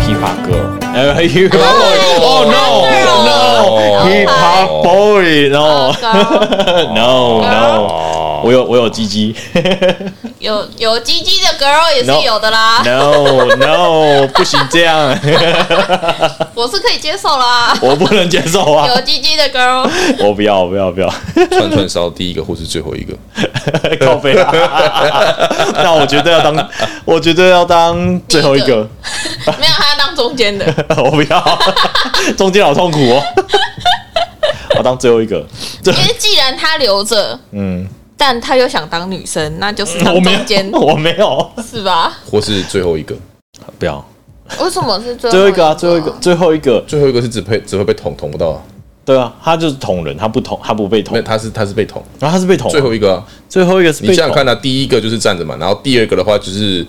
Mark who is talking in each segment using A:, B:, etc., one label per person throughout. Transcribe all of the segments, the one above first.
A: hip hop girl，呃 hip hop boy，oh 哦 no 哦 no，hip hop boy no no no，我有我有鸡 鸡
B: 有有鸡鸡的 girl 也是
A: No
B: 有的啦
A: ，no no，不行这样，
B: 我是可以接受啦。
A: 我不能接受啊，
B: 有鸡鸡的 girl，
A: 我不要我不要我 不要，
C: 串串烧第一个或是最后一个，
A: 靠背啊， 那我觉得要当，我觉得要当最后一
B: 第一
A: 个，
B: 没有他当中间的，
A: 我不 要，中间好痛苦 哦，我当最后一个，最
B: 因为既然他留着，
A: 嗯，
B: 但他又想当女生，那就是当
A: 我没
B: 中间
A: 有，我没有，
B: 是吧？
C: 或是最后一个，
A: 不要。
B: 为什么是最
A: 最后一
B: 一
A: 个啊，最后一个，最后一个，
C: 最后一个是只配只会被捅捅不到啊，
A: 对啊，他就是捅人，他不捅，他不被捅
C: 没有，，他是他是被捅，
A: 然后他是被捅啊，
C: 最后一个啊，
A: 最后一个是
C: 你
A: 被
C: 想想
A: 捅
C: 看啊，第一个就是站着嘛，然后第二个的话就是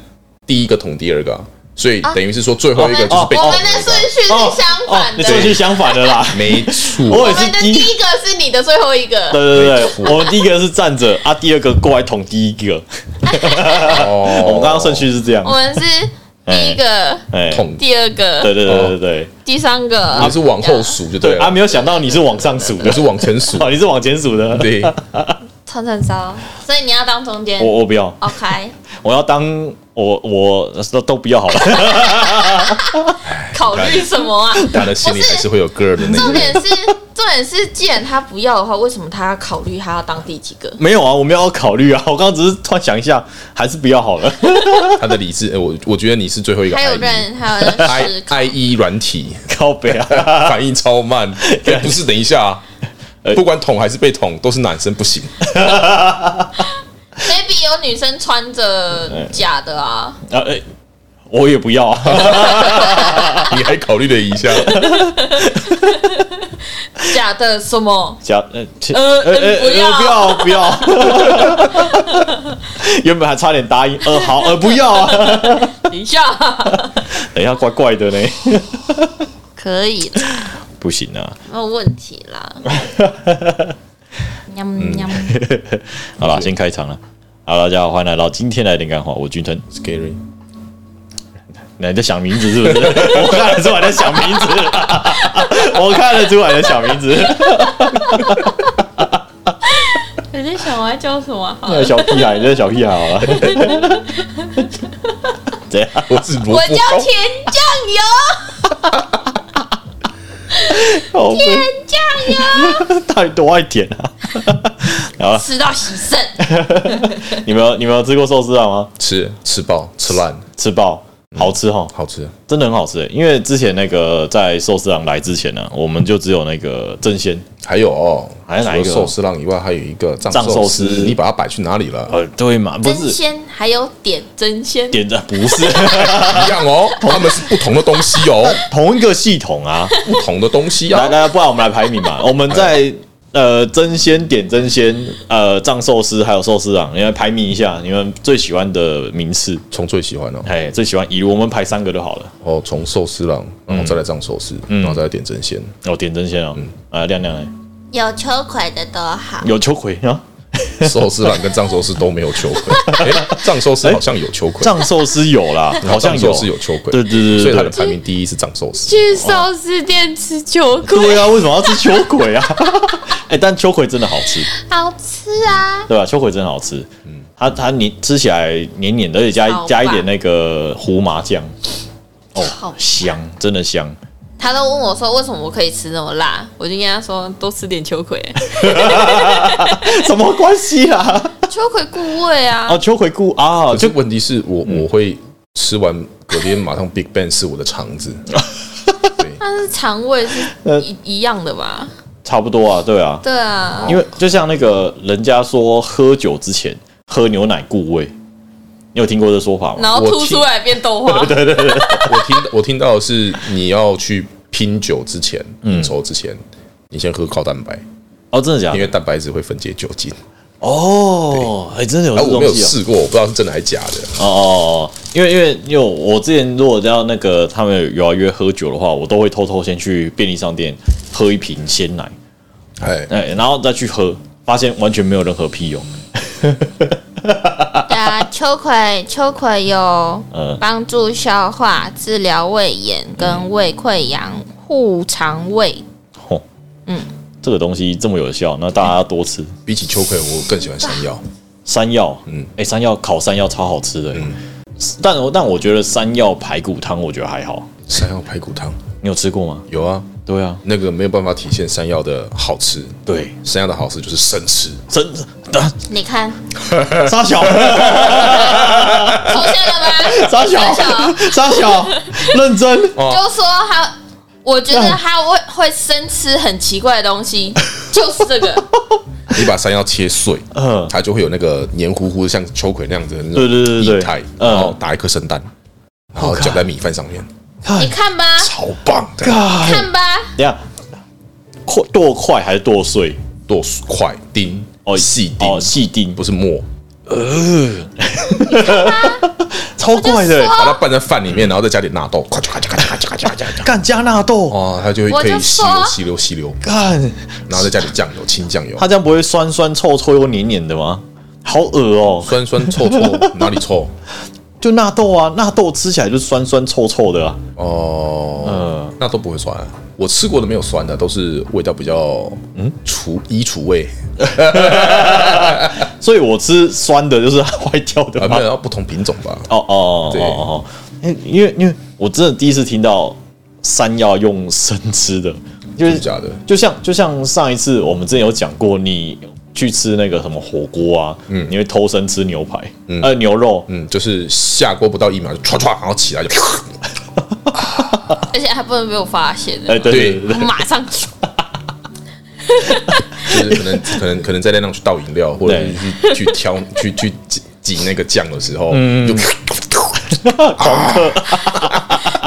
C: 第一个捅第二个啊，所以等于是说最后一个就是被
B: 我们
C: 捅的
B: 的
C: 那个
B: 哦顺
C: 啊，
B: 序是
A: 哦
B: 相
A: 哦
B: 反
A: 你
B: 的，
A: 顺序相反的 啦。
C: 没
A: 我
C: 错，
A: 也
B: 我们的
A: 是
B: 第
A: 第一，
B: 一个是你的最后一个，
A: 对对对
C: 没
A: 对，我们第一个是站着啊，第二个过来捅第一个，
C: 哦，
A: 我们刚刚顺序是这样
B: 我，们是第一个、
A: 哎，
C: 捅，
B: 第二个、
A: 对对
C: 哦
A: 对对
C: 啊
A: 对
B: 第三个
C: 你，是往后数就对
A: 对啊，
C: 了，
A: 没有想到你是往上数
C: 我
A: 的，
C: 是往 前数，
A: 哦，你是往前数的，
C: 啊对，
B: 串串烧，所以你要当中间
A: 我。我不要，
B: OK，
A: 我要当我我都都不要好了，
B: 考虑什么啊？
C: 他的心里还是会有个人的那
B: 重
C: 个。
B: 点是，重点是，既然他不要的话，为什么他要考虑他要当第几个？
A: 没有啊，我没有要考虑啊，我刚刚只是突然想一下，还是不要好了，
C: 他的理智，呃我我觉得你是最后一个
B: 还有
C: IE。
B: 人，还有人
C: I
B: 是
C: I E 软体
A: 靠北啊，
C: 反应超慢，哎不是？等一下啊
A: 哎，
C: 不管捅还是被捅，都是男生不 行。
B: maybe 有女生穿着假的啊，
A: 啊，哎，我也不要啊。
C: 你还考虑了一下，
B: 假的什么？
A: 假呃切
B: 呃
A: 呃
B: 嗯不要
A: 不要不要， 原本还差点答应，呃好呃不要 啊，
B: 等一下，
A: 等一下怪怪的呢，
B: 可以啦，
A: 不行啊，
B: 没有问题 啦。喵喵，
A: 好了，先开场了。好，大家好，欢迎来到今天来点干话，我君腾。
C: Scary，
A: 你还在想名字是不是？ 我看得出来在想名字， 我看得出来在想名字，
B: 我在想我要叫什么好？
A: 小屁孩，你这小屁孩好了。 怎样？
C: 我是萝
B: 我
C: 卜
B: 叫
C: 糕，
B: 甜酱油，
A: 好甜酱油，到底多爱甜啊？好了，
B: 吃到喜肾。
A: 你们有你们有吃过寿司啊吗？
C: 吃吃爆吃烂，
A: 吃爆，好吃哈，
C: 好吃。
A: 真的很好吃欸。因为之前那个在寿司郎来之前呢、我们就只有那个真鲜，
C: 还有哦，
A: 还有哪一个
C: 除了寿司浪以外，还有一个藏
A: 藏寿
C: 寿
A: 司
C: 司，你把它摆去哪里 了？
A: 呃，对嘛，不
B: 真
A: 是
B: 鲜还有点真鲜，
A: 点的 不是
C: 一样哦，他们是不同的东 西哦，
A: 同一个系统啊。
C: 不同的东西
A: 来
C: 啊。
A: 来，不然我们来排名 嘛。我们在呃真鲜点真鲜，呃藏寿司还有寿司郎，你来排名一下你们最喜欢的名次，
C: 从最喜欢哦，
A: 哎，最喜欢一路我们排三个就好了。
C: 哦，从寿司浪，
A: 嗯
C: 然后再来藏寿司，然后再来点真鲜。
A: 哦，点真鲜哦，啊亮亮嘞，
B: 有秋葵的都好。
A: 有秋葵啊，
C: 寿司郎跟藏寿司都没有秋葵，诶藏寿司好像有秋 葵，
A: 哎 藏寿司有啦，好像有
C: 藏寿司有秋葵，
A: 对对对对
C: 所以它的
A: 对
C: 排名第一是藏寿司。
B: 去寿司店吃秋葵，
A: 对啊，为什么要吃秋葵啊？ 哎、但秋葵真的好吃，
B: 好吃啊！
A: 对吧、秋葵真的好吃，嗯，它它黏吃起来黏黏的，而且加
B: 超
A: 一
B: 棒
A: 加一点那个胡麻酱，
B: 超
A: 哦
B: 棒，
A: 香，真的香。
B: 他都问我说为什么我可以吃那么辣，我就跟他说多吃点秋葵，
A: 什么关系啦？
B: 秋葵固胃啊
A: 哦，。秋葵菇啊，
C: 可是
A: 就
C: 问题是我我会吃完隔天马上 Big Bang 是我的肠子，
B: 但是肠胃是
A: 呃
B: 一一样的吧？
A: 差不多啊，对啊，
B: 对啊，
A: 因为就像那个人家说，喝酒之前喝牛奶固胃，你有听过这说法吗？
B: 然后
C: 我
B: 吐
C: 听
B: 出来变豆花，
C: 我听 我听到的是你要去拼酒之前，应酬之前，你先喝高蛋白，
A: 哦，真的假
C: 因为
A: 的？
C: 蛋白质会分解酒精。
A: 哦，哎、真的有
C: 而
A: 这
C: 啊我
A: 东
C: 没有
A: 西哦。
C: 试过，我不知道是真的还是假
A: 哦
C: 的。
A: 哦，哦，因为因为因为我之前如果要那个他们有要约喝酒的话，我都会偷偷先去便利商店喝一瓶鲜奶，
C: 哎，
A: 哎，然后再去喝，发现完全没有任何屁用。
B: 对啊，秋葵秋葵有
A: 嗯
B: 帮助消化、治疗胃炎跟胃溃疡、护肠胃。
A: 吼，嗯，这个东西这么有效，那大家要多吃
C: 比起秋葵，我更喜欢山药。
A: 山药。嗯
C: 嗯，
A: 哎，山药烤山药超好吃的。但我但我觉得山药排骨汤我觉得还好，
C: 山药排骨汤
A: 你有吃过吗？
C: 有啊，
A: 对啊，
C: 那个没有办法体现山药的好吃。
A: 对，
C: 山药的好吃就是生吃，
A: 真的
B: 你 看，
A: 沙小
B: 出现了吧？
A: 沙小
B: 小
A: 沙小认 真
B: 就说他，我觉得他会会生吃很奇怪的东西，就是这个。
C: 你把山药切碎，
A: 嗯
C: 它就会有那个黏糊糊的，像秋葵那样子的那
A: 对对对
C: 种
A: 对
C: 液态，
A: 嗯
C: 然后打一颗生蛋，然后搅在米饭上面，
B: 你看吧，
C: 超棒的，
A: 啊，
B: 看吧，
A: 等一下块剁块还是剁碎？
C: 剁块丁
A: 哦，
C: 细
A: 哦，
C: 丁，
A: 细丁
C: 不是末，
A: 超怪的，
C: 把它拌在饭里面，然后再加点纳豆，咔嚓咔嚓咔嚓咔嚓咔嚓咔嚓，
A: 干加纳豆，
C: 哇，它就会
B: 我
C: 可
B: 就
C: 以吸溜
B: 说
C: 吸溜吸溜，
A: 干，
C: 然后再加点酱油，清酱油
A: 它，这样不会酸酸臭臭又黏黏的吗？好恶哦、
C: 酸酸臭臭，哪里臭？
A: 就纳豆啊，纳豆吃起来就酸酸臭臭的啊。
C: 哦
A: 嗯，
C: 那都不会酸啊。我吃过的没有酸的，都是味道比较嗯除衣除味
A: 所以我吃酸的就是坏掉的
C: 啊，
A: 嘛
C: 没。有要不同品种吧？
A: 哦哦哦
C: 对
A: 哦哦，哎因为因为我真的第一次听到山药用生吃的，就
C: 真
A: 是
C: 的假的？
A: 就像就像上一次我们之前有讲过，你去吃那个什么火锅啊，嗯，你会偷生吃牛排，嗯、呃牛肉，
C: 嗯，就是下锅不到一秒就歘歘，然后起来就
B: 而且还不能被我发现
A: 哎、
B: 的，
A: 对对对
B: 我马上
C: 就是可能可能可能在那上去倒饮料，或者
A: 对
C: 是去去 挑去去挤挤那个酱的时候，
A: 嗯
C: 就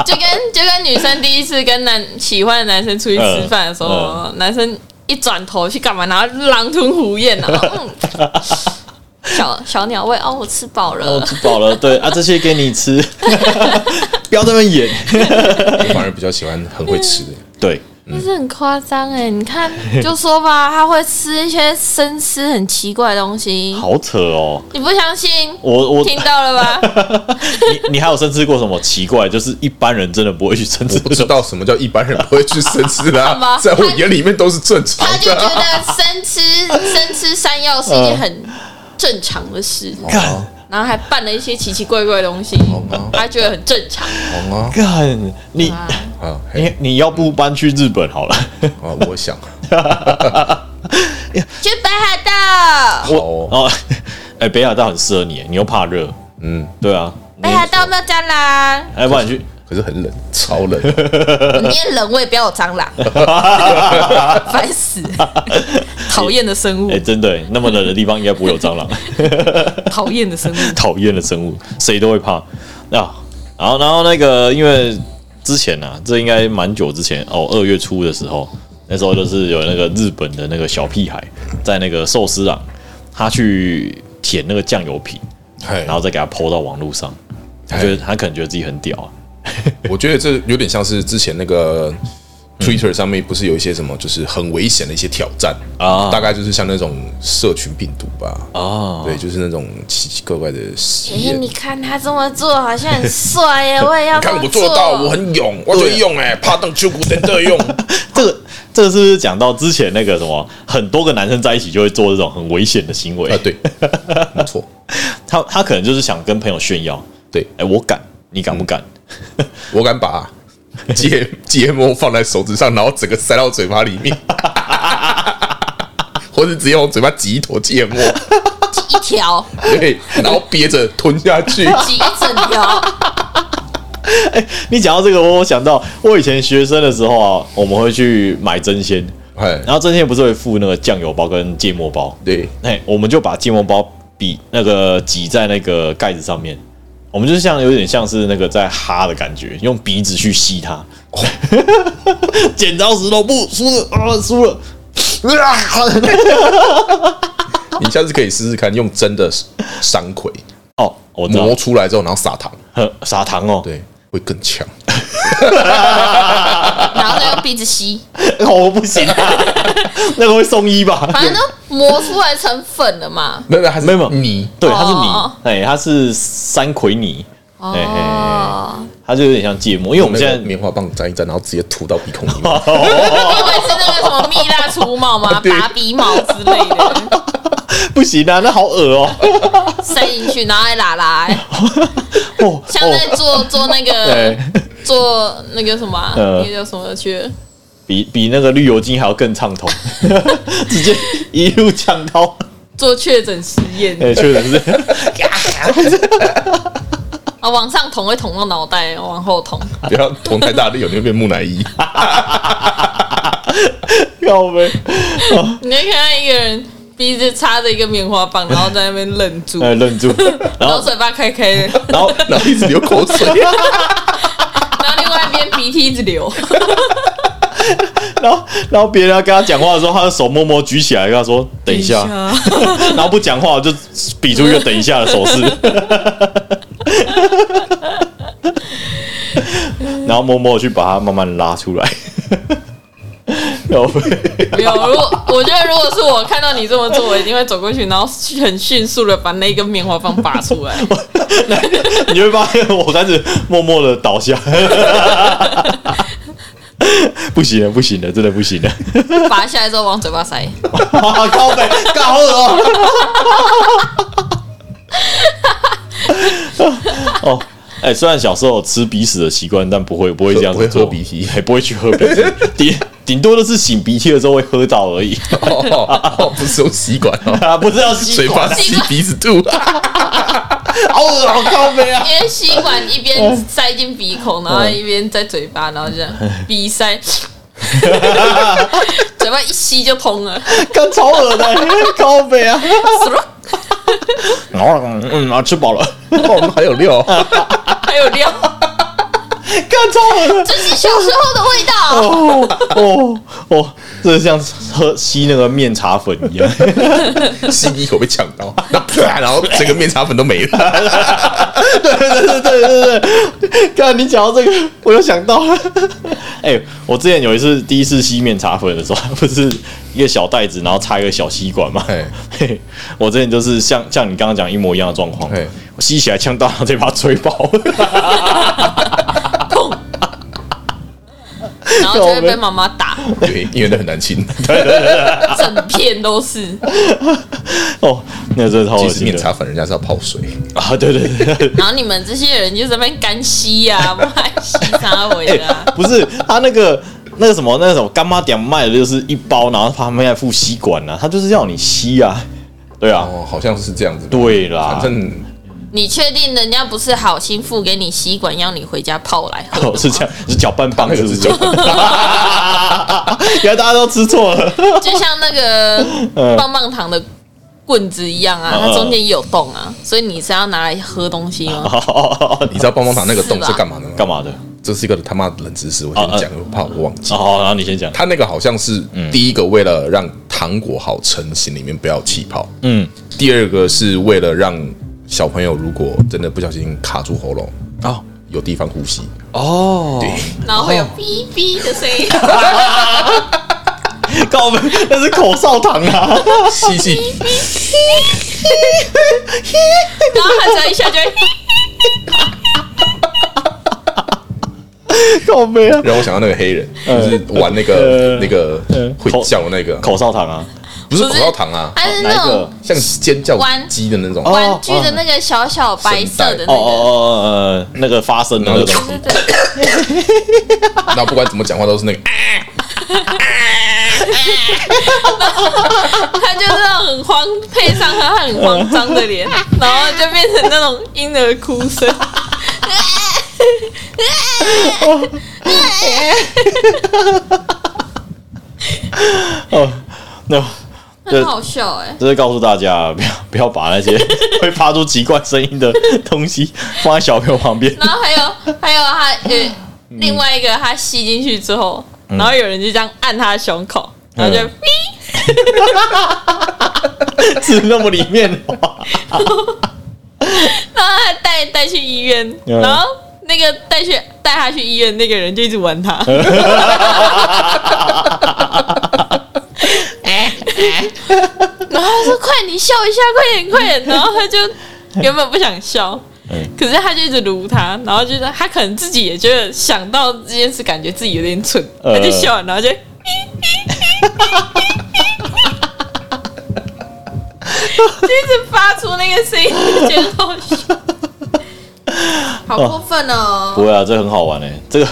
B: 就跟就跟女生第一次跟男喜欢的男生出去吃饭的时候，
A: 嗯
B: 男生一转头去干嘛，然后狼吞虎咽 然后嗯，小小鸟胃哦，我吃饱
A: 我
B: 了，
A: 吃饱了，对啊，这些给你 吃，不要这么演。
C: 我反而比较喜欢很会吃的。
A: 对，
B: 但是很夸张哎！你看，就说吧，他会吃一些生吃很奇怪的东西，
A: 好扯哦，
B: 你不相信？
A: 我我
B: 听到了 吧？
A: 你你还有生吃过什么奇怪？就是一般人 真的不会去生吃
C: 我不知道什么叫一般人不会去生吃的、
B: 干嘛
C: 啊，在我眼里面都是正常
B: 他就
C: 的
B: 觉
C: 啊、
B: 得生吃生吃山药是一件很正常的事，
C: 哦
A: 干
B: 然后还拌了一些奇奇怪怪的东西，他觉得很正 常。
C: 哦
A: 干，你
B: 啊
C: 啊啊！嘿
A: 你你要不搬去日本好了？
C: 啊，我想
B: 去北海道，
C: 我哦，
A: 哦， 哎，北海道很适合你，你又怕热，
C: 嗯，
A: 对啊，你
B: 北海道没有蟑螂，
A: 哎，不然你去
C: 可是很冷，超冷。
B: 你也冷，我也不要有蟑 螂，烦死，讨厌的生物
A: 哎，，真的那么冷的地方应该不会有蟑螂，
B: 讨厌的生 物。
A: 讨厌的生物，谁都会怕啊。然后然后那个，因为之前啊，这应该蛮久之前哦，二月初的时候，那时候就是有那个日本的那个小屁孩在那个寿司郎，他去舔那个酱油瓶，
C: 然
A: 然后再给他抛到网络上，
C: 哎
A: 他觉得他可能觉得自己很屌啊，
C: 我觉得这有点像是之前那个 Twitter 上面不是有一些什么，就是很危险的一些挑战
A: 啊
C: 大概就是像那种社群病毒吧，
A: 哦
C: 对，就是那种奇奇怪怪的实
B: 哎、
C: 验。
B: 你看他这么做，好像很帅 耶！我也要
C: 你
B: 这
C: 看
B: 么
C: 我做到，我很勇，我就用哎、怕当秋谷等的用，啊
A: 这个这个是不是讲到之前那个什么，很多个男生在一起就会做这种很危险的行为？
C: 啊，对，没错，
A: 他他可能就是想跟朋友炫耀，
C: 对
A: 哎、我敢，你敢不敢？
C: 嗯我敢把 G G M O 放在手指上，然后整个塞到嘴巴里面， 或者直接往嘴巴挤一坨 G M O，
B: 一条，
C: 对，然后憋着吞下去。
B: 挤一整条，
A: 你讲到这个，我想到我以前学生的时候啊，我们会去买真鲜，
C: 哎，
A: 然后真鲜不是会附那个酱油包跟芥末包？
C: 对，
A: 哎、我们就把芥末包比那个挤在那个盖子上面，我们就像有点像是那个在哈的感觉，用鼻子去吸它。 剪刀石头布，输了啊，输了。
C: 你下次可以试试看，用真的山葵
A: 哦，我知道
C: 磨，出来之后，然后撒糖，
A: 呵，撒糖哦，
C: 对，会更强。
B: 然后再用鼻子吸，
A: 我不行啊， 那个会送医吧？
B: 反正都磨出来成粉了嘛。
C: 没有没有，还是
A: 没有没有
C: 泥，
A: 对，它是泥
B: 哦，
A: 哎、它是山葵泥，哎、哎哎
B: 哦，
A: 它就有点像芥末，因为我们现
C: 那个
A: 在
C: 棉花棒沾一沾，然后直接涂到鼻孔里 面。
B: 你以为是那个什么蜜蜡除毛吗？
C: 对
B: 拔鼻毛之类的，
A: 不行啊，那好恶哦、
B: 塞进去，然后还拉拉、哎
A: 哦
B: 像
A: 哦，
B: 在做做那个
A: 对，
B: 做那个什么啊，
A: 呃
B: 那个叫什么去？
A: 比比那个绿油精还要更畅通， 直接一路呛到，
B: 做确诊实验
A: 哎、确实 是，
B: 啊，往上捅会捅到脑袋，往后 捅。
C: 不要捅太大力，有你会变木乃伊。
A: 要呗，
B: 你会看到一个人鼻子插着一个棉 花棒，然后在那边愣住，
A: 哎，忍住，然
B: 然后
A: 后
B: 嘴巴开开的，
A: 然后
C: 然后一直流口 水，
B: 然后另外一边鼻涕一直流。
A: 然后然后别人要跟他讲话的时候，他的手默默举起来，跟他说等一下，然后不讲话，我就比出一个等一下的手势，然后默默地去把它慢慢拉出来。要不
B: 没有，如果我觉得如果是我看到你这么做，我一定会走过去，然后很迅速的把那根棉花棒拔 出来。
A: 你就会发现我开始默默的倒下， 不行了，不行了，真的不行了，
B: 拔下来之后往嘴巴塞，
A: 高北高二哦，哦，哎、虽然小时候有吃鼻屎的习惯，但不会不会这样子
C: 不会
A: 做
C: 喝鼻涕
A: 还不会去喝鼻涕，顶顶多都是擤鼻涕的时候会喝到而已，
C: 哦，不是用吸管哦，
A: 啊，不是要吸
C: 嘴
A: 管
C: 巴，吸鼻子吐，
A: 好恶好高杯啊！
B: 因为吸管一边塞进鼻孔，然后一边在嘴巴，然后 这样鼻塞，嘴巴一吸就通了。
A: 干超恶的、高杯啊！然后嗯啊，吃饱了，
C: 哦，还有料，
B: 还有料，
A: 干超恶的。
B: 这是小时候的味道。
A: 哦哦哦，这像喝吸那个面茶粉一样，
C: 吸第一口被呛到，然后啪，然后整个面茶粉都没 了。
A: 对对对对对。看你讲到这个， 我又想到了。哎、我之前有一次第一次吸面茶粉的时候，不是一个小袋子，然后插一个小吸管嘛。
C: 哎
A: 嘿，我之前就是像像你刚刚讲一模一样的状况
C: 嘿，
A: 我吸起来呛到，然后 再把它吹爆。
B: 然后就会被妈妈打，
A: 哦
C: 对，因为那很难清，
B: 整片都是。
A: 哦，那真的超恶
C: 其实
A: 心
C: 面
A: 的
C: 茶粉人家是要泡水，
A: 啊！对对对。
B: 然后你们这些人就在那边干吸呀、啊，不爱吸啥尾的、啊。
A: 哎不是他那个那个什么那个什么干妈点卖的就是一包，然后旁边还附吸管呢、啊，他就是要你吸啊，对啊，
C: 哦，好像是这样子。，
A: 对啊啦，
C: 反正
B: 你确定人家不是好心付给你吸管，要你回家泡来喝的
A: 哦
B: 吗？
A: 是这样，是搅拌 棒
C: 那
A: 是
C: 个
A: 不
C: 是
A: 是？
C: 叫
A: 原来大家都吃错了，
B: 就像那个棒棒糖的棍子一样啊，
A: 嗯
B: 它中间有洞啊，所以你是要拿来喝东西吗？
C: 你知道棒棒糖那个洞是干嘛的吗？
A: 干嘛的？
C: 这是一个他妈的冷知识，我先
A: 啊啊
C: 讲，我怕我忘记。
A: 哦，嗯好，然后你先讲，
C: 它那个好像是第一个为了让糖果好成型，里面不要气泡；
A: 嗯，
C: 第二个是为了让小朋友如果真的不小心卡住喉咙，
A: 哦
C: 有地方呼吸。
A: 哦，
C: 对，
B: 然后会有哔哔的声音，
A: 告我们那是口哨糖 啊，
C: 吸气，
B: 然后它只要一下就会
A: 告杯啊，
C: 让我想到那个黑人，就是玩那个
A: 呃
C: 那个
A: 呃
C: 会叫的那个，
A: 口哨糖啊，
C: 不是
B: 不
C: 口
B: 是
C: 哨糖啊，
B: 它是
A: 哪
B: 嗯那
A: 一
B: 种
A: 个？
C: 像尖叫
B: 弯
C: 鸡的那种。
A: 哦
B: 玩具的那个小小白色的
A: 哦
B: 那
A: 哦
B: 个。
A: 哦哦，呃那个发声的那个东西
B: 对对对，
C: 然后不管怎么讲话都是那个，
B: 他就是那种很慌，配上他很慌张的 脸，然后就变成那种婴儿哭声。
A: 哦， 那
B: 很好笑哎、
A: 这是告诉大家，不要不要把那些会发出奇怪声音的东西放在小朋友旁边。
B: 然后还有还有他呃，
A: 嗯
B: 另外一个他吸进去之后，然后有人就这样按他的胸口，然后就
A: 嗯
B: 哔，
A: 是那么里面的话，
B: 然后他带带去医院，
A: 嗯
B: 然后那个带去带他去医院那个人就一直 玩他。 哎然后他说：“快，你笑一下，快点，快点！”然后他就原本不想笑，
A: 嗯
B: 可是他就一直撸他，然后觉得他可能自己也觉得想到这件事，感觉自己有点蠢，
A: 呃
B: 他就笑了，然后就就一直发出那个声音，就觉得好笑，好过分
A: 不
B: 哦！
A: 会啊，这很好玩哎、这个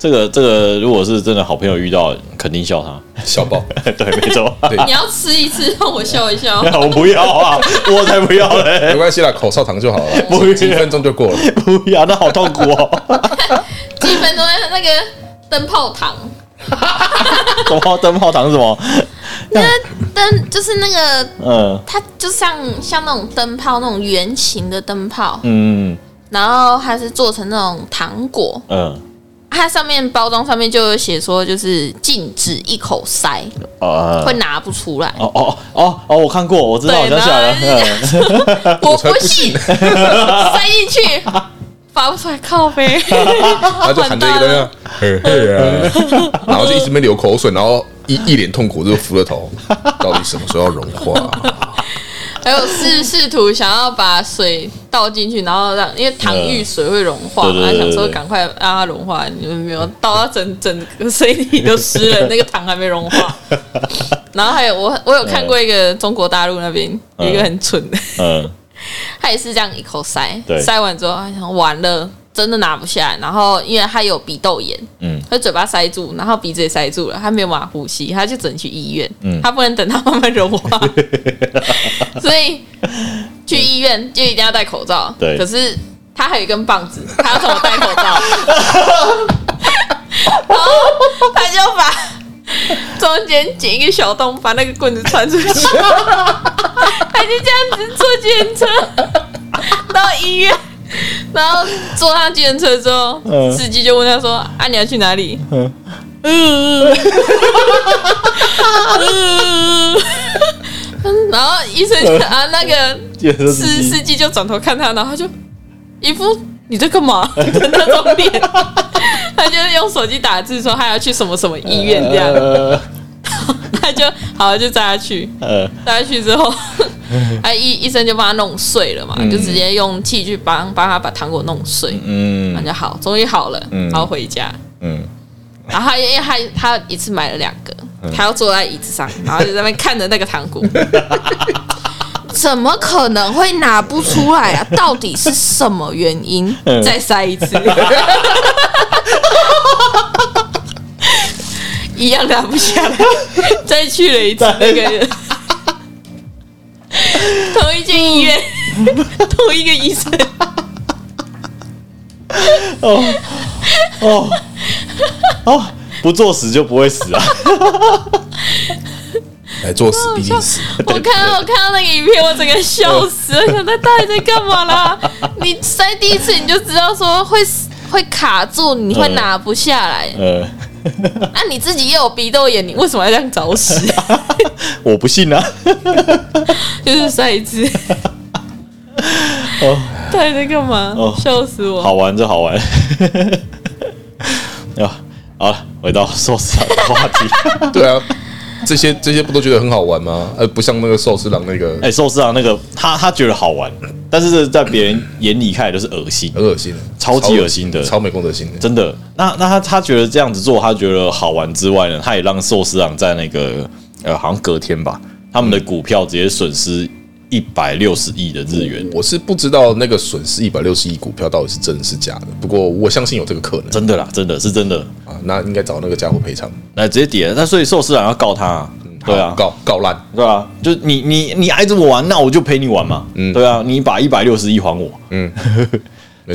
A: 这个这个，如果是真的好朋友遇到，肯定笑 他。
C: 小爆，
A: 对，没错。
C: 对
B: 你要吃一次让我笑一 笑，
A: 我不要啊，我才不要嘞、
C: 没关系啦，口哨糖就好了，
A: 不啊
C: 几分钟就过了。
A: 不要，那好痛苦哦。
B: 几分钟那个灯泡糖。
A: 什么灯泡糖是什么？
B: 灯就是那个，
A: 嗯
B: 它就像像那种灯泡那种圆形的灯泡，
A: 嗯
B: 然后它是做成那种糖果，
A: 嗯
B: 它上面包装上面就有写说就是禁止一口塞，
C: 嗯
A: 啊
B: 会。拿不出来。
A: 哦哦哦哦！我看过，我知道，我
B: 对
A: 想起来了。
B: 然
A: 嗯，
B: 我
C: 才不
B: 信，塞进去拔不出来，靠背。
C: 他就含着一个东西啊，嘿 嘿啊，然后就一直没流口水，然后一一脸痛苦，就扶着 头，到底什么时候要融化？
B: 还有试试图想要把水倒进去，然后让因为糖遇水会融化
A: 嗯对
B: 嘛，
A: 对对
B: 想说
A: 对
B: 赶快让它融化，你们没有倒到整整个身体都湿了，那个糖还没 融化。然后还有我我有看过一个中国大陆那边有一个很蠢的，
A: 嗯，
B: 他也是这样一口塞
A: 对，
B: 塞完之后他想完了真的拿不下来，然后因为他有鼻窦炎，
A: 嗯，
B: 他嘴巴塞住，然后鼻子也塞住了，他没有办法呼吸，他就只能去医院，
A: 嗯
B: 他不能等他慢慢融 化，所以去医院就一定要戴口罩，
A: 对
B: 可是他还有一根棒子，他要怎么戴口罩？ 然后他就把中间剪一个小洞，把那个棍子穿出去，他就这样子坐电车 到医院。然后坐上计程车之后，
A: 嗯
B: 司机就问他说：“啊，你要去哪里？” 嗯，嗯呃 然后医生就啊，那个
A: 记得
B: 司
A: 是
B: 司机就转头看他，然后他就一副你在干 嘛的那种脸， 他就用手机打字说他要去什么什么医院这样，
A: 呃
B: 他就好就载他去，
A: 呃
B: 带下去之后，啊医医生就帮他弄碎了嘛，就直接用器具帮帮他把糖果弄碎，那
A: 嗯
B: 就好，终于好了，
A: 嗯
B: 然后回家。
A: 嗯，
B: 然后他因为他他一次买了两个，他要坐在椅子上，然后就在那边看着那个 糖果，怎么可能会拿不出来啊？到底是什么原因
A: 嗯？
B: 再塞一次，一样拿不下来，再去了一次那个 人，同一间医 院，同一个医生，
A: 哦哦哦，不作死就不会死啊！
C: 来作死必定 死，
B: 我看到我看到那个影片，我整个笑死了，想他到底在干嘛啦？ 你塞第一次你就知道说会会卡住，你会拿不 下来。
A: 呃，
B: 那、你自己也有鼻窦炎，你为什么要这样找 死？
A: 我不信啊！
B: 就是塞一次，
A: 哦。
B: 到底在干嘛？
A: 哦
B: 笑死我！
A: 好玩这好玩。 啊，好了，回到寿司郎的话题。
C: 对啊，这些这些不都觉得很好玩吗？呃，不像那个寿司郎那个
A: 哎、寿司郎那个他他觉得好玩，但是在别人眼里看来都是恶心，
C: 很恶心，
A: 超级恶心的
C: 超没公德心的。
A: 真的。那那他他觉得这样子做，他觉得好玩之外呢，他也让寿司郎在那个呃，好像隔天吧，他
C: 嗯
A: 们的股票直接损失一百六十亿的日元，
C: 我是不知道那个损失一百六十亿股票到底是真是假的，不过我相信有这个可能
A: 真的啦，真的是真的。
C: 啊，那应该找那个家伙赔偿，
A: 那直接跌了，那所以寿司郎要告他、啊，对啊
C: 嗯好，告告烂，
A: 对啊，就你你你挨着我玩，那我就陪你玩嘛。
C: 嗯
A: 对啊，你把一百六十亿还我，
C: 没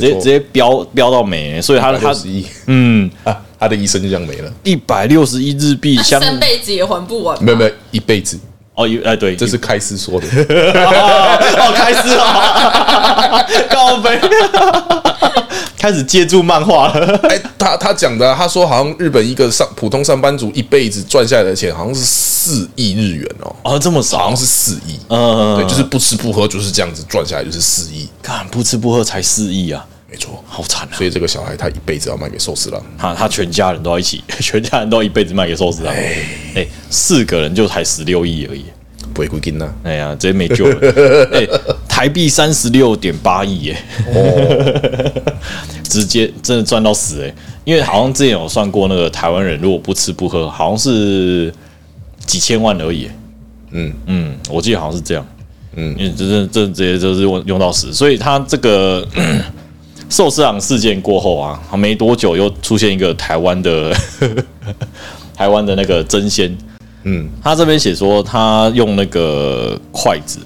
A: 直接
C: 错，
A: 直接飙飙到没，所以他他
C: 六十亿
A: 嗯
C: 啊，他的一生就这样没了，
A: 一百六十亿日币相
B: 三辈子也还不完。
C: 没有没有一辈子，
A: 哦一哎对，
C: 这
A: 这
C: 是开司说 的。
A: 哦开始了， 告白，开始借助漫画了，
C: 哎，他他讲的啊、他说好像日本一个上普通上班族一辈子赚下来的钱好像是四亿日元哦，
A: 哦这么
C: 好
A: 少
C: 像，是四亿，
A: 嗯，
C: 对，就是不吃不喝就是这样子赚下来就是四亿，
A: 看不吃不喝才四亿啊，
C: 哎、没错。
A: 好惨啊！
C: 所以这个小孩他一辈子要卖给寿司郎，
A: 他他全家人都要一起， 全家人都要一辈子卖给寿司郎。哎、四个人就才十六亿而已，
C: 不会归啊金呐。
A: 哎呀，直接没救了。哎、台币三十六点八亿，哎， 直接真的赚到死哎、因为好像之前有算过，那个台湾人如果不吃不喝，好像是几千万而已、
C: 嗯
A: 嗯，我记得好像是这样。
C: 嗯
A: 嗯，因为这这这直接就是用用到死，所以他这个 寿司郎事件过后啊，没多久又出现一个台湾的 台湾的那个真鲜，
C: 嗯，
A: 他这边写说他用那个筷子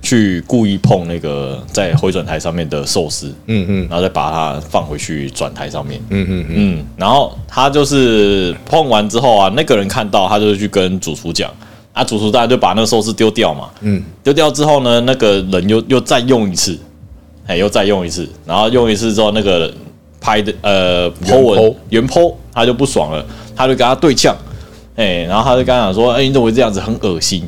A: 去故意碰那个在回转台上面的寿司，
C: 嗯嗯
A: 然后再把它放回去转台上面，
C: 嗯嗯嗯，
A: 嗯，然后他就是碰完之后啊，那个人看到他就去跟主厨讲，啊，主厨大家就把那个寿司丢掉嘛，嗯，丢掉之后呢，那个人又又再用一次，哎，又再用一次，然后用一次之后，那个拍的呃
C: 原
A: po 文
C: po
A: 原 po 他就不爽了，他就跟他对呛，哎，然后他就跟他讲说，哎，你怎么会这样子，很恶心，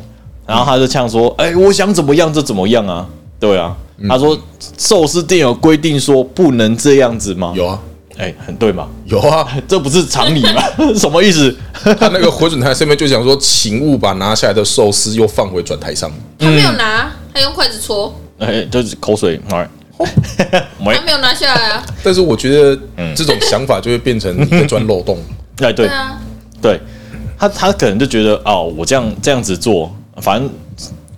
A: 然后他就呛说，哎，我想怎么样就怎么样啊，对啊，他说寿司店有规定说不能这样子吗？
C: 有啊
A: 哎，很对嘛。
C: 有啊，
A: 这不是常理吗？ 什么意思？
C: 他那个回转台上面就讲说，请勿把拿下来的寿司又放回转台上。
B: 他没有
A: 嗯
B: 拿，他用筷子戳，
A: 哎，就是口水，哎，喂哎
B: 他，没有拿下来啊。
C: 但是我觉得
A: 嗯
C: 这种想法就会变成你在钻漏 洞。
A: 哎，对
B: 对啊，
A: 对，他他可能就觉得哦，我这样这样子做，反正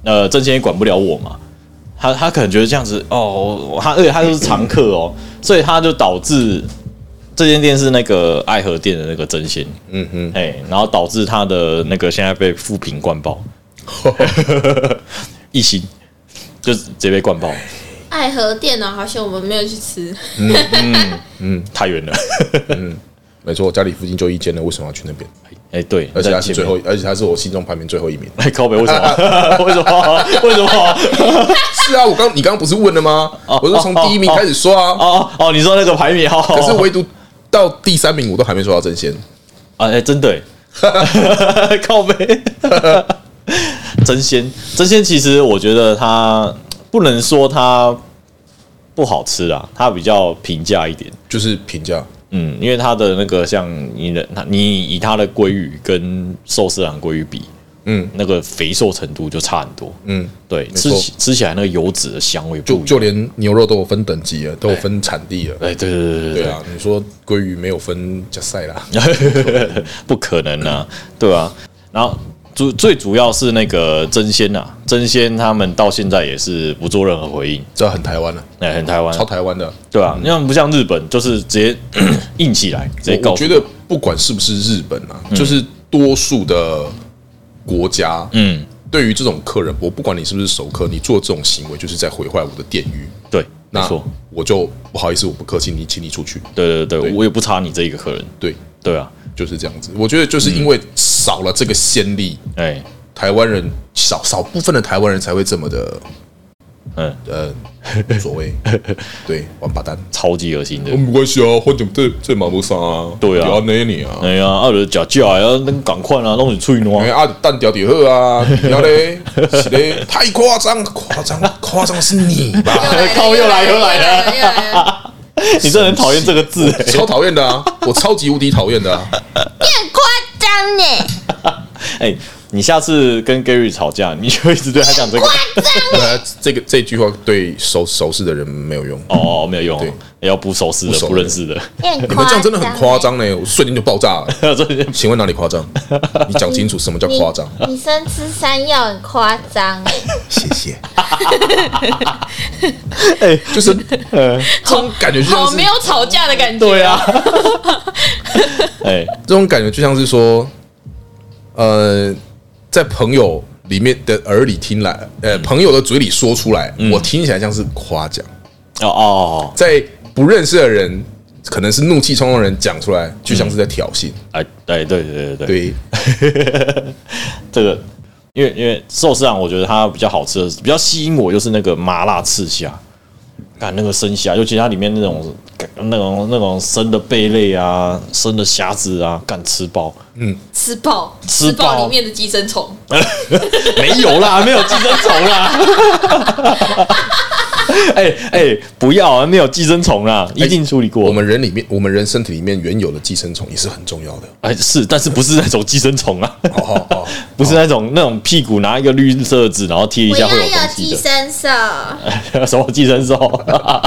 A: 呃，郑先也管不了我嘛。他他可能觉得这样子哦，他而且他就是常客哦，所以他就导致这间店是那个爱河店的那个真鲜，
C: 嗯哼，
A: 哎，然后导致他的那个现在被负评灌 爆，一星就直接被灌爆，
B: 爱和电脑好像我们没有去吃，
A: 太远 了。
C: 没错，我家里附近就一间了，为什么要去那边？
A: 哎，对，
C: 而且
A: 在
C: 他
A: 前
C: 是
A: 面
C: 最后，而且他是我心中排名最后一名。
A: 哎，靠北，为什么？ 为什么？为什么？
C: 是啊，我刚你刚刚不是问了吗？我是从第一名开始说啊，
A: 哦哦，你说那个排名，好，
C: 可是唯独到第三名我都还没说到真仙。
A: 啊，哎，真 的耶，靠北， 真鲜，真鲜，其实我觉得它不能说它不好吃啊，它比较平价一点。
C: 就是评价，
A: 嗯，因为它的那个像你的，它你以它的鲑鱼跟寿司郎鲑鱼比，
C: 嗯，
A: 那个肥瘦程度就差很多。
C: 嗯，
A: 对，吃
C: 错
A: 起吃起来那个油脂的香味不一
C: 就
A: 样。
C: 就连牛肉都有分等级了，都有分产地了。
A: 哎，对对对对
C: 对啊，你说鲑鱼没有分加赛啦，
A: 不可能啊，对啊。然后主最主要是那个真仙啊，真仙他们到现在也是不做任何回应，
C: 这很台湾了，
A: 哎、很台湾，
C: 超台湾的。
A: 对啊，因为不像日本，就是直接硬起来，直接
C: 我
A: 告
C: 我
A: 诉
C: 觉得不管是不是日本啊，就是多数的国家，
A: 嗯，
C: 对于这种客人，我不管你是不是熟客，你做这种行为就是在毁坏我的店誉。
A: 对，没
C: 那
A: 错，
C: 我就不好意思，我不客气，你请你出去。
A: 对对对，
C: 对
A: 我也不差你这一个客人，
C: 对，
A: 对啊，
C: 就是这样子。我觉得就是因为少了这个先例，
A: 哎、
C: 台湾人少少部分的台湾人才会这么的
A: 嗯，
C: 呃，无所谓，对，王八蛋，
A: 超级恶心的
C: 我。没关系啊，换点在在马路上啊，
A: 对啊
C: 不要捏你啊，
A: 哎呀，二的脚架呀，那赶快啊，弄你脆挪
C: 哎、啊，蛋掉底喝啊，你要嘞，是嘞，太夸张，夸张，夸张是你吧？
A: 靠又来又来了
B: 了，又 来了，
A: 你真的很讨厌这个字、哎
C: 超讨厌的啊，我超级无敌讨厌的啊，
B: 很夸张呢，
A: 哎、你下次跟 Gary 吵架，你就一直对他讲这个。
C: 呃，这个这句话对熟熟识的人没有用，
A: 哦，没有用
C: 对
A: 哦，要不熟识
C: 不
A: 的、
C: 熟
A: 不认识的，
D: 哎
B: 很
C: 你们这样真的很夸张呢，我瞬间就爆炸了。
A: 这些
C: 请问哪里夸张？你讲清楚什么叫夸张？
D: 你生吃山药很夸张哎，
C: 谢谢。
A: 哎
C: 就是这种感觉，就像
B: 好
C: 是
B: 没有吵架的感觉。
A: 对啊， 哎，
C: 这种感觉就像是说，呃，在朋友里面的耳里听来，呃，朋友的嘴里说出来，我听起来像是夸奖；
A: 哦哦，
C: 在不认识的人，可能是怒气冲冲的人讲出来，就像是在挑衅。
A: 哎，对对对对对，
C: 对，
A: 这个，因为因为寿司郎，我觉得它比较好吃的，比较吸引我就是那个麻辣刺虾，看那个生虾，尤其它里面那种那种那种生的贝类啊，生的虾子啊，干吃爆，
B: 吃爆，
A: 吃
B: 吃
A: 爆
B: 爆里面的寄生虫，
A: 没有啦，没有寄生虫啦，哎、哎、不要啊，没有寄生虫啦，一定处理过。
C: 哎我们人里面，我们人身体里面原有的寄生虫也是很重要的。哦
A: 哎、是，但是不是那种寄生虫啊，
C: 好好好，
A: 不是那种那种屁股拿一个绿色纸然后贴一
D: 我
A: 下
D: 要
A: 会有东
D: 有
A: 西
D: 寄
A: 的
D: 生兽，我
A: 什么寄生兽？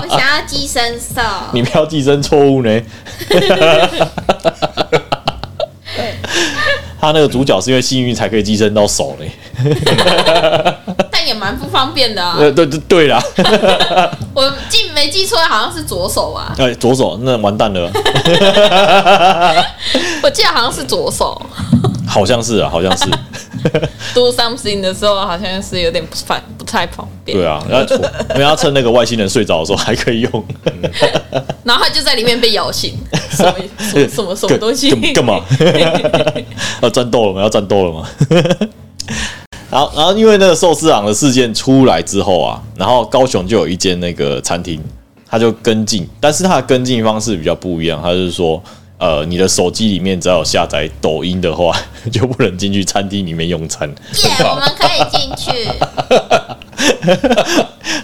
D: 想要寄生 兽。
C: 哦
A: 你不要寄生错误呢。他那个主角是因为幸运才可以寄生到手嘞，
B: 但也蛮不方便的啊。
A: 呃， 对对对啦，
B: 我记没记错，好像是左手啊，
A: 哎，左手那完蛋了，
B: 我记得好像是左手。
A: 好像是啊，好像是，
B: do something 的时候，好像是有点不反不太方便。
A: 对啊，然后因为他趁那个外星人睡着的时候还可以用，
B: 然后他就在里面被 摇醒，什么什么什么什么东西？
A: 干干 嘛？要战斗了吗？要战斗了吗？ 好，然后因为那个寿司郎的事件出来之后啊，然后高雄就有一间那个餐厅，他就跟进，但是他的跟进方式比较不一样，他就是说，呃，你的手机里面只要有下载抖音的话， 就不能进去餐厅里面用餐。
D: 耶、我们可以 进去。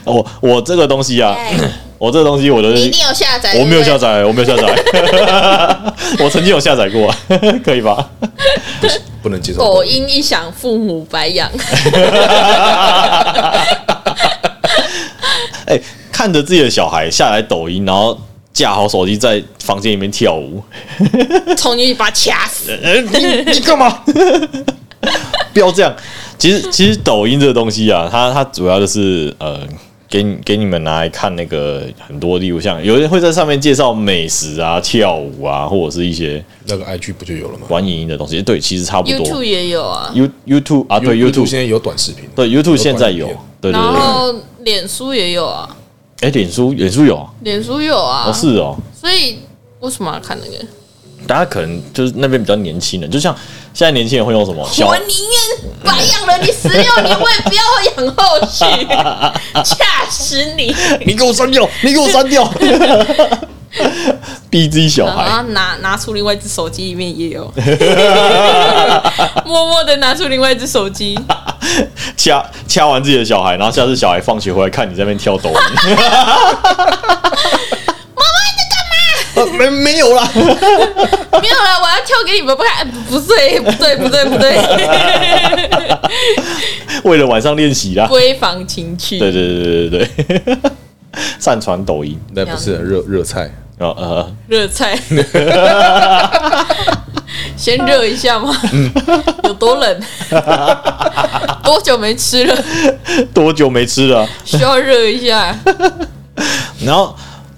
A: 我我这个东西啊，
D: 对，
A: 我这个东西我都
D: 哎你
A: 是
D: 一定有下载。
A: 我没有
D: 对
A: 下
D: 不对。
A: 载，我没有下载， 我曾经有下载过、啊， 可以吧？
C: 不能接受。
B: 抖音一响，父母白 养。
A: 哎、看着自己的小孩下来抖音，然后架好手机在房间里面跳舞，
B: 冲进去把他掐死。
A: 哎、你你干嘛？ 不要这样。其实其实抖音这个东西啊，它它主要就是呃，给你给你们拿来看那个很多，例如像有人会在上面介绍美食啊、跳舞啊，或者是一些
C: 那个 IG 不就有了吗
A: 玩影音的东西。对，其实差不
B: YouTube
A: 多。
B: 也有啊，
A: You YouTube 啊，对
C: YouTube
A: YouTube
C: 现在有短视频，
A: 对 YouTube 现在有
C: 有短影，
A: 对对
B: 然
A: 对。
B: 后脸书也有啊，
A: 哎，脸书脸书有啊
B: 脸书有啊
A: 哦，，是哦。
B: 所以为什么要看那个？
A: 大家可能就是那边比较年轻人，就像现在年轻人会用什么小
B: 我 宁愿白养了你十六年，我也不要养后续， 掐死你！
A: 你给我删掉，你给我删掉，逼自己小
B: 然
A: 孩
B: 后拿拿出另外一只手机，里面也 有，默默的拿出另外一只手机，
A: 掐掐完自己的小孩，然后下次小孩放学回来看你在那边跳抖音， 妈妈
C: 哦
A: 你在干嘛？没没有啦，
B: 没有了，我要跳给你们不看，不不对，不对，不对，不对，
A: 为了晚上练习啦。
B: 闺房情趣，
A: 对对对对对对， 擅传抖音
C: 那不是热热菜，
A: 啊呃，
B: 热菜， 先热一下嘛，
A: 嗯
B: 有多 冷，多久没吃了，
A: 多久没吃了？
B: 需要热一下，
A: 然后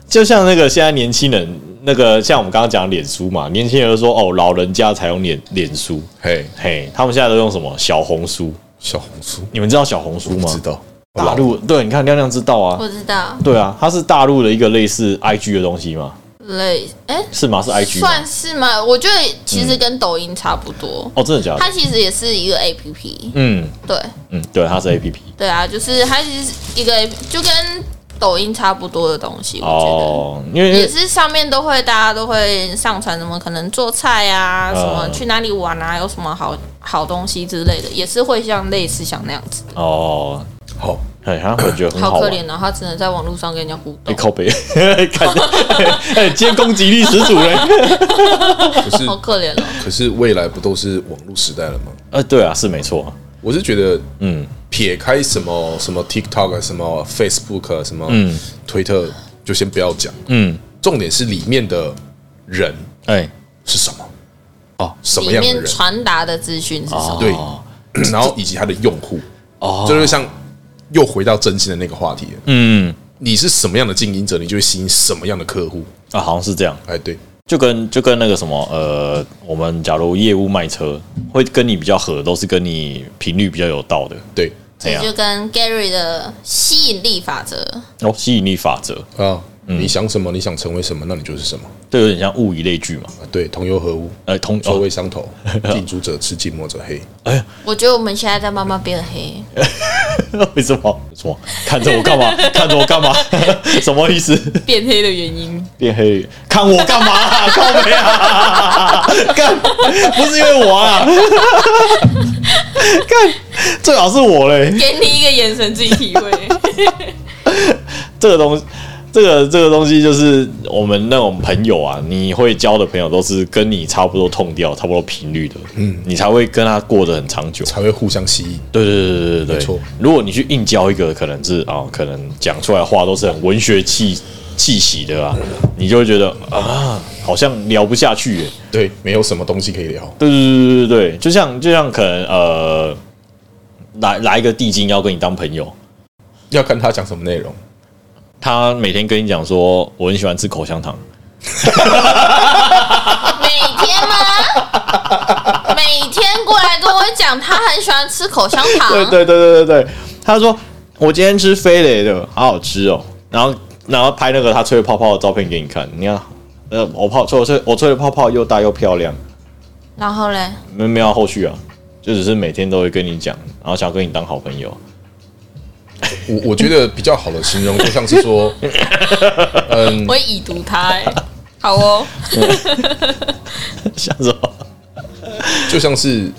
A: 就像那个现在年轻人，那个像我们刚刚讲的脸书嘛，年轻人就说哦，老人家才用脸脸书，
C: 嘿，
A: 嘿，他们现在都用什么小红书？
C: 小红书，
A: 你们知道小红书
C: 不
A: 吗
C: 知？道，
A: 大陆对，你看亮亮知道啊，
D: 不知道，
A: 对啊，它是大陆的一个类似 IG 的东西嘛，
B: 累，哎、
A: 是吗？是 IG 吗
B: 算？是吗？我觉得其实跟抖音差不多，
A: 哦，真的假
B: 它
A: 的？
B: 其实也是一个 A P P，
A: 嗯
B: 对
A: 嗯，对，它是 APP
B: 对啊，就是它其实一个就跟抖音差不多的东西，我觉得。
A: 哦，因为
B: 也是上面都会，大家都会上传什么可能做菜啊，
A: 嗯
B: 什么去哪里玩啊，有什么好好东西之类的，也是会像类似像那样子。
A: 哦，
C: 好，
A: 哎，他我觉得很
B: 好
A: 好
B: 可
A: 玩。
B: 怜哦，他只能在网络上跟人家互
A: 哎
B: 动，
A: 靠背， 看，哎，今天攻击力十足嘞！
C: 可是
B: 好可怜哦。
C: 可是未来不都是网络时代了吗？
A: 呃，对啊，是没错，
C: 我是觉得，
A: 嗯，
C: 撇开什么什么 TikTok 啊，什么 Facebook 啊，什么
A: 嗯
C: 推特，就先不要讲。
A: 嗯，
C: 重点是里面的人
A: 哎，
C: 是什么，
A: 哦
C: 什么
B: 里
C: 样的
B: 面
C: 人，
B: 传达的资讯是什么？
C: 对
A: 哦，
C: 然后以及他的用户，
A: 哦
C: 这就是像又回到真心的那个话题了，
A: 嗯，
C: 你是什么样的经营者，你就会吸引什么样的客户。
A: 啊，好像是这样。
C: 哎，对，
A: 就跟就跟那个什么呃，我们假如业务卖车，会跟你比较合，都是跟你频率比较有到的，
C: 对，
A: 怎
D: 这
A: 样
D: 就跟 Gary 的
B: 吸引力法则，
A: 哦，吸引力法则，
C: 啊，
A: 嗯
C: 你想什么，你想成为什么，那你就是什么。
A: 这有点像物以类聚嘛。
C: 啊对，同流合污，
A: 呃，同
C: 错
A: 哦哎
C: 位 相投，近朱者赤，近墨者黑。
D: 我觉得我们现在在慢慢变黑，
A: 为什么？什么？看着我干嘛？看着我干嘛？ 什么意思？
B: 变黑的原因。
A: 变黑？看我干嘛、啊？靠背啊！ 干，不是因为我啊！ 干，最好是我嘞。
B: 给你一个眼神，自己体会。
A: 这个东西，这个这个东西就是我们那种朋友啊，你会交的朋友都是跟你差不多痛调、差不多频率的，嗯，你才会跟他过得很长久。
C: 才会互相吸引。
A: 对对对对对对，
C: 没错
A: 如果你去硬交一个，可能是啊、可能讲出来的话都是很文学气气息的啊，你就会觉得啊，好像聊不下去耶。
C: 对，没有什么东西可以聊。
A: 对对对对对对，就像就像可能呃，来来一个地精要跟你当朋友，
C: 要看他讲什么内容。
A: 他每天跟你讲说我很喜欢吃口香糖，
D: 每天吗？每天过来跟我讲，他很喜欢吃口香糖。
B: 啊
A: 对对对对对对，他说我今天吃飞雷的，好好吃哦。然后然后拍那个他吹泡泡的照片给你看，你看，呃，我泡吹我吹我吹的泡泡又大又漂亮，
D: 然后嘞，
A: 没没有后续啊，就只是每天都会跟你讲，然后想跟你当好朋友。
C: 我我觉得比较好的形容就像是说，嗯，
B: 我会已读他、欸。好哦，
A: 想什么？
C: 就像是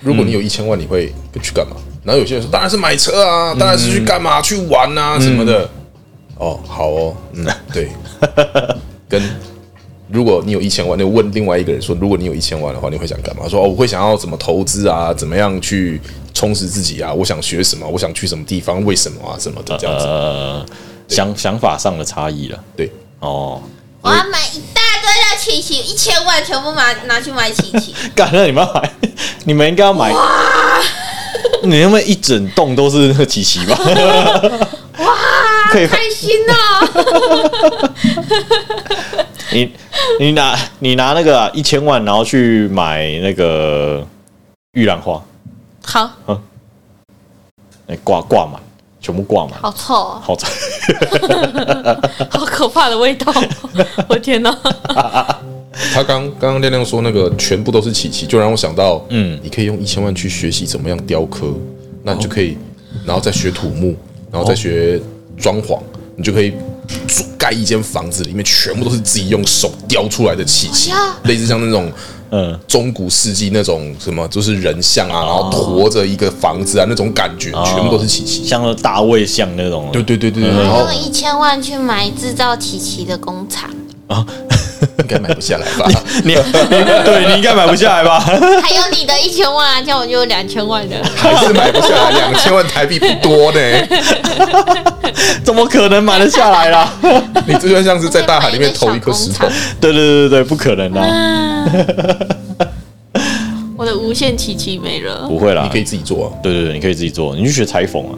C: 如果你有一千万，你会去干嘛？然后有些人说，当然是买车啊，当然是去干嘛、去玩啊什么的。哦，好哦，嗯，对。跟如果你有一千万，你问另外一个人说，如果你有一千万的话，你会想干嘛？他说哦，我会想要怎么投资啊，怎么样去充实自己啊，我想学什么，我想去什么地方，为什么啊，什么的这样子。
A: 呃，想想法上的差异了。
C: 对，
A: 哦，
D: 我要买一大堆的琪琪，一千万全部拿拿去买琪 琪。
A: 干，那你们要买， 你们应该要买。你能不能一整栋都是那个琪琪吧？
D: 哇，
A: 可以
D: 开心哦！
A: 你你拿你拿那个啊一千万，然后去买那个玉兰花，
B: 好，
A: 哎挂挂满，全部挂满，
D: 好臭、哦，
A: 好惨。
B: 好可怕的味 道！我天哪，
C: 他刚刚刚亮亮说那个全部都是琪琪，就让我想到，
A: 嗯
C: 嗯，你可以用一千万去学习怎么样雕刻，那你就可以，然后再学土木，然后再学装潢，你就可以住盖一间房子，里面全部都是自己用手雕出来的琪琪
D: 哎呀，
C: 类似像那种。
A: 嗯，
C: 中古世纪那种什么，就是人像啊，然后驮着一个房子啊，那种感觉，全部都是琪琪。
A: 像那大卫像那种，
C: 对对对对，对然后
D: 用一千万去买制造琪琪的工厂，
C: 应该买不下来吧？
A: 你你对你应该买不下来吧？
D: 还有你的一千万啊，这样我就有两千万了。
C: 还是买不下来，两千万台币不多呢。
A: 怎么可能买得下来啦？
C: 你这就像是在大海里面投一颗 石头。
A: 对对对对对，不可能啦，
B: 我的无限奇迹没了。
A: 不会啦
C: 你，可以自己做啊。
A: 对对对，你可以自己做，你去学裁缝啊，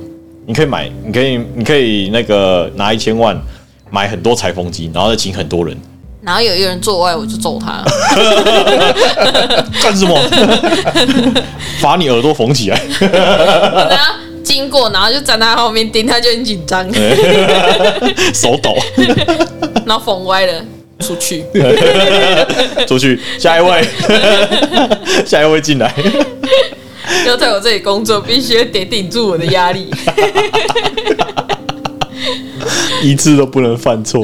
A: 你可以买，你可以你可以那个拿一千万买很多裁缝机，然后再请很多人
B: 然后有一个人做爱，我就揍 他。
A: 干什么？把你耳朵缝起来，
B: 然后经过，然后就站在他后面盯，他就很紧张，
A: 手抖
B: 然后缝歪了出去。
A: 出去，下一位，下一位进来，
B: 要在我这里工作，必须得顶住我的压力。
A: 一次都不能犯错，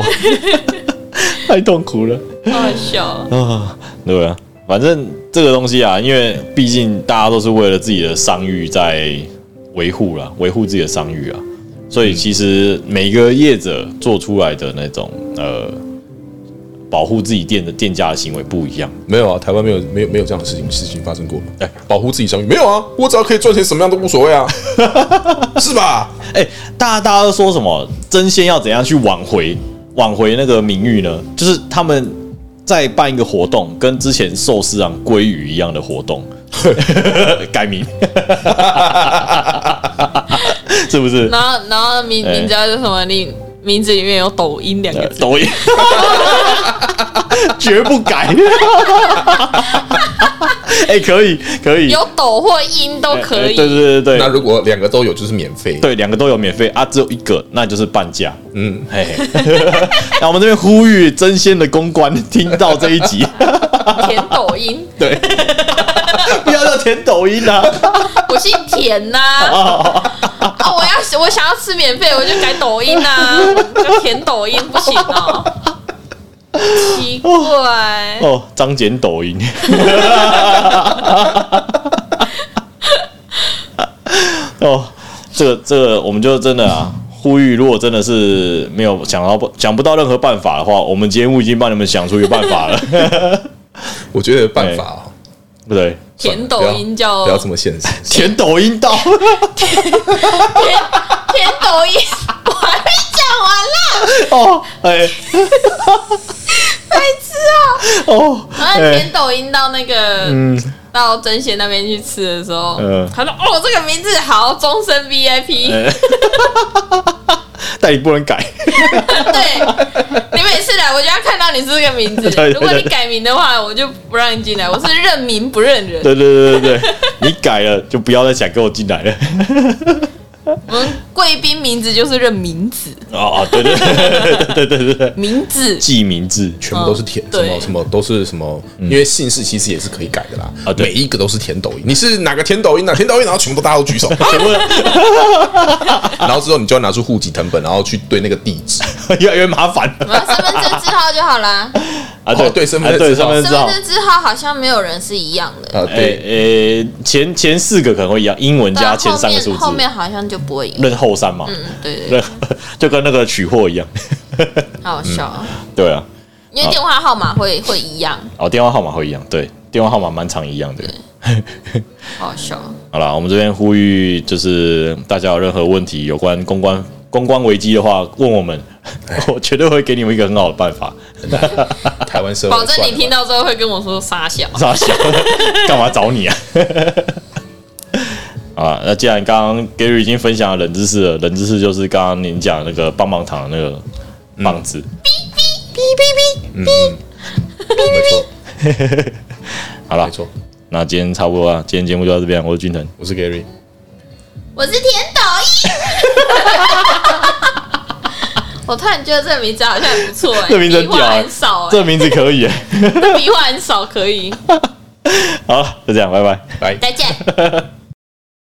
A: 太痛苦了。
B: 好好笑哦，
A: 啊，对啊，反正这个东西啊，因为毕竟大家都是为了自己的商誉在维护啦，维护自己的商誉啊，所以其实每个业者做出来的那种呃保护自己店的店家的行为不一样。
C: 没有啊，台湾没有没有没有这样的事情事情发生过吗？
A: 哎
C: 保护自己商誉没有啊，我只要可以赚钱，什么样都无所谓 啊，是吧？
A: 哎、大家大家都说什么争先要怎样去挽回挽回那个名誉呢？就是他们在办一个活动，跟之前寿司郎鲑鱼一样的活动， 改名， 是不是？
B: 然后然后名
A: 哎
B: 名字叫做什么？你名字里面有抖音两个字，
A: 抖音 绝不改。 哎、可以可以，哎
B: 有抖或音都可
A: 对
B: 以。
A: 对对对
C: 那如果两个都有，就是免费。，
A: 对，两个都有免费啊，只有一个，那就是半价。
C: 嗯，
A: 嘿， 那我们这边呼吁争先的公关听到这一 集，哎
B: 舔抖音，
A: 对，不要要填抖音啊 啦、
B: 我姓舔呐。哦，我要我想要吃免费，我就改抖音呐，就舔抖音不行哦。奇怪，
A: 哦，张简抖音。 哦，这个这个，我们就真的啊，呼吁，如果真的是没有想到想不到任何办法的话，我们节目已经帮你们想出一个办法了，
C: 我觉得办法哦
A: 对不对？
E: 舔抖
C: 不要
E: 音叫
C: 不要这么现实。
A: 舔抖音到，
B: 舔抖音，我还没讲完啦。
A: 哦，哎，哦，
B: 然后
A: 哎
B: 舔抖音到那个、
A: 嗯，
B: 到真贤那边去吃的时候，
A: 嗯
B: 他说：“哦，这个名字好，终身 VIP。
A: 哎 但你不能改，
B: 对，你每次来我就要看到你是这个名字
A: 对对对。
B: 如果你改名的话，我就不让你进来。我是认名不认 人。
A: 对对对对对，你改了就不要再想跟我进来了。
B: 我们贵宾名字就是认名字，
A: 哦哦，对对对对对对对，
B: 名 字
A: 记名字
C: 全部都是舔
B: 嗯
C: 什么
B: 对
C: 什么都是什么，因为姓氏其实也是可以改的啦。
A: 嗯啊对
C: 每一个都是舔抖音，你是哪个舔抖音哪舔抖音，然后全部大家都 举手，
A: 全部
C: 然后之后你就要拿出户籍成本，然后去对那个地址。
A: 越来越麻烦
B: 我们要身份证 字号就好啦。
A: 啊！
C: 哦对身份
A: 哦啊
C: 证
A: 对
C: 字
A: 身
C: 号
A: 份
B: 身
A: 证
B: 份
A: 号，
B: 证字号好像没有人是一样的，
C: 啊，
A: 哎
C: 对，
A: 诶，前前四个可能会一样，英文
B: 对啊
A: 加前三个数
B: 后面后
A: 字，
B: 面好像就不会一样。
A: 认后三嘛，
B: 嗯，对对
A: 认 就跟那个取货一样。
B: 对，好好笑啊，
A: 对啊，
B: 因为电话号码会会一样，
A: 哦，电话号码会一样，对，电话号码蛮常一样的。
B: 好好笑。哦
A: 好啦，我们这边呼吁，就是大家有任何问题有关公关公关危机的话，问我们，
C: 哎
A: 我绝对会给你们一个很好的办法。 哎
C: 台湾社会
B: 保证
C: 算
B: 你
C: 了
B: 听到之后会跟我说傻笑。
A: 傻小，干嘛找你啊？啊，那既然刚刚 Gary 已经分享了冷知识了，冷知识就是刚刚您讲那个棒棒糖的那个棒子，
C: 嗯吧没错，
A: 好了
C: 没，错，
A: 那今天差不多了，今天节目就到这边，我是君腾，
C: 我是 Gary，
B: 我是甜抖音。我突然觉得这个名字好像很不错哎、
A: 这名字很
B: 笔
A: 屌
B: 画
A: 欸
B: 很少哎、
A: 这名字可以耶，
B: 笔画很少可以，
A: 好了，就这样，拜拜。
C: 拜。
B: 再见。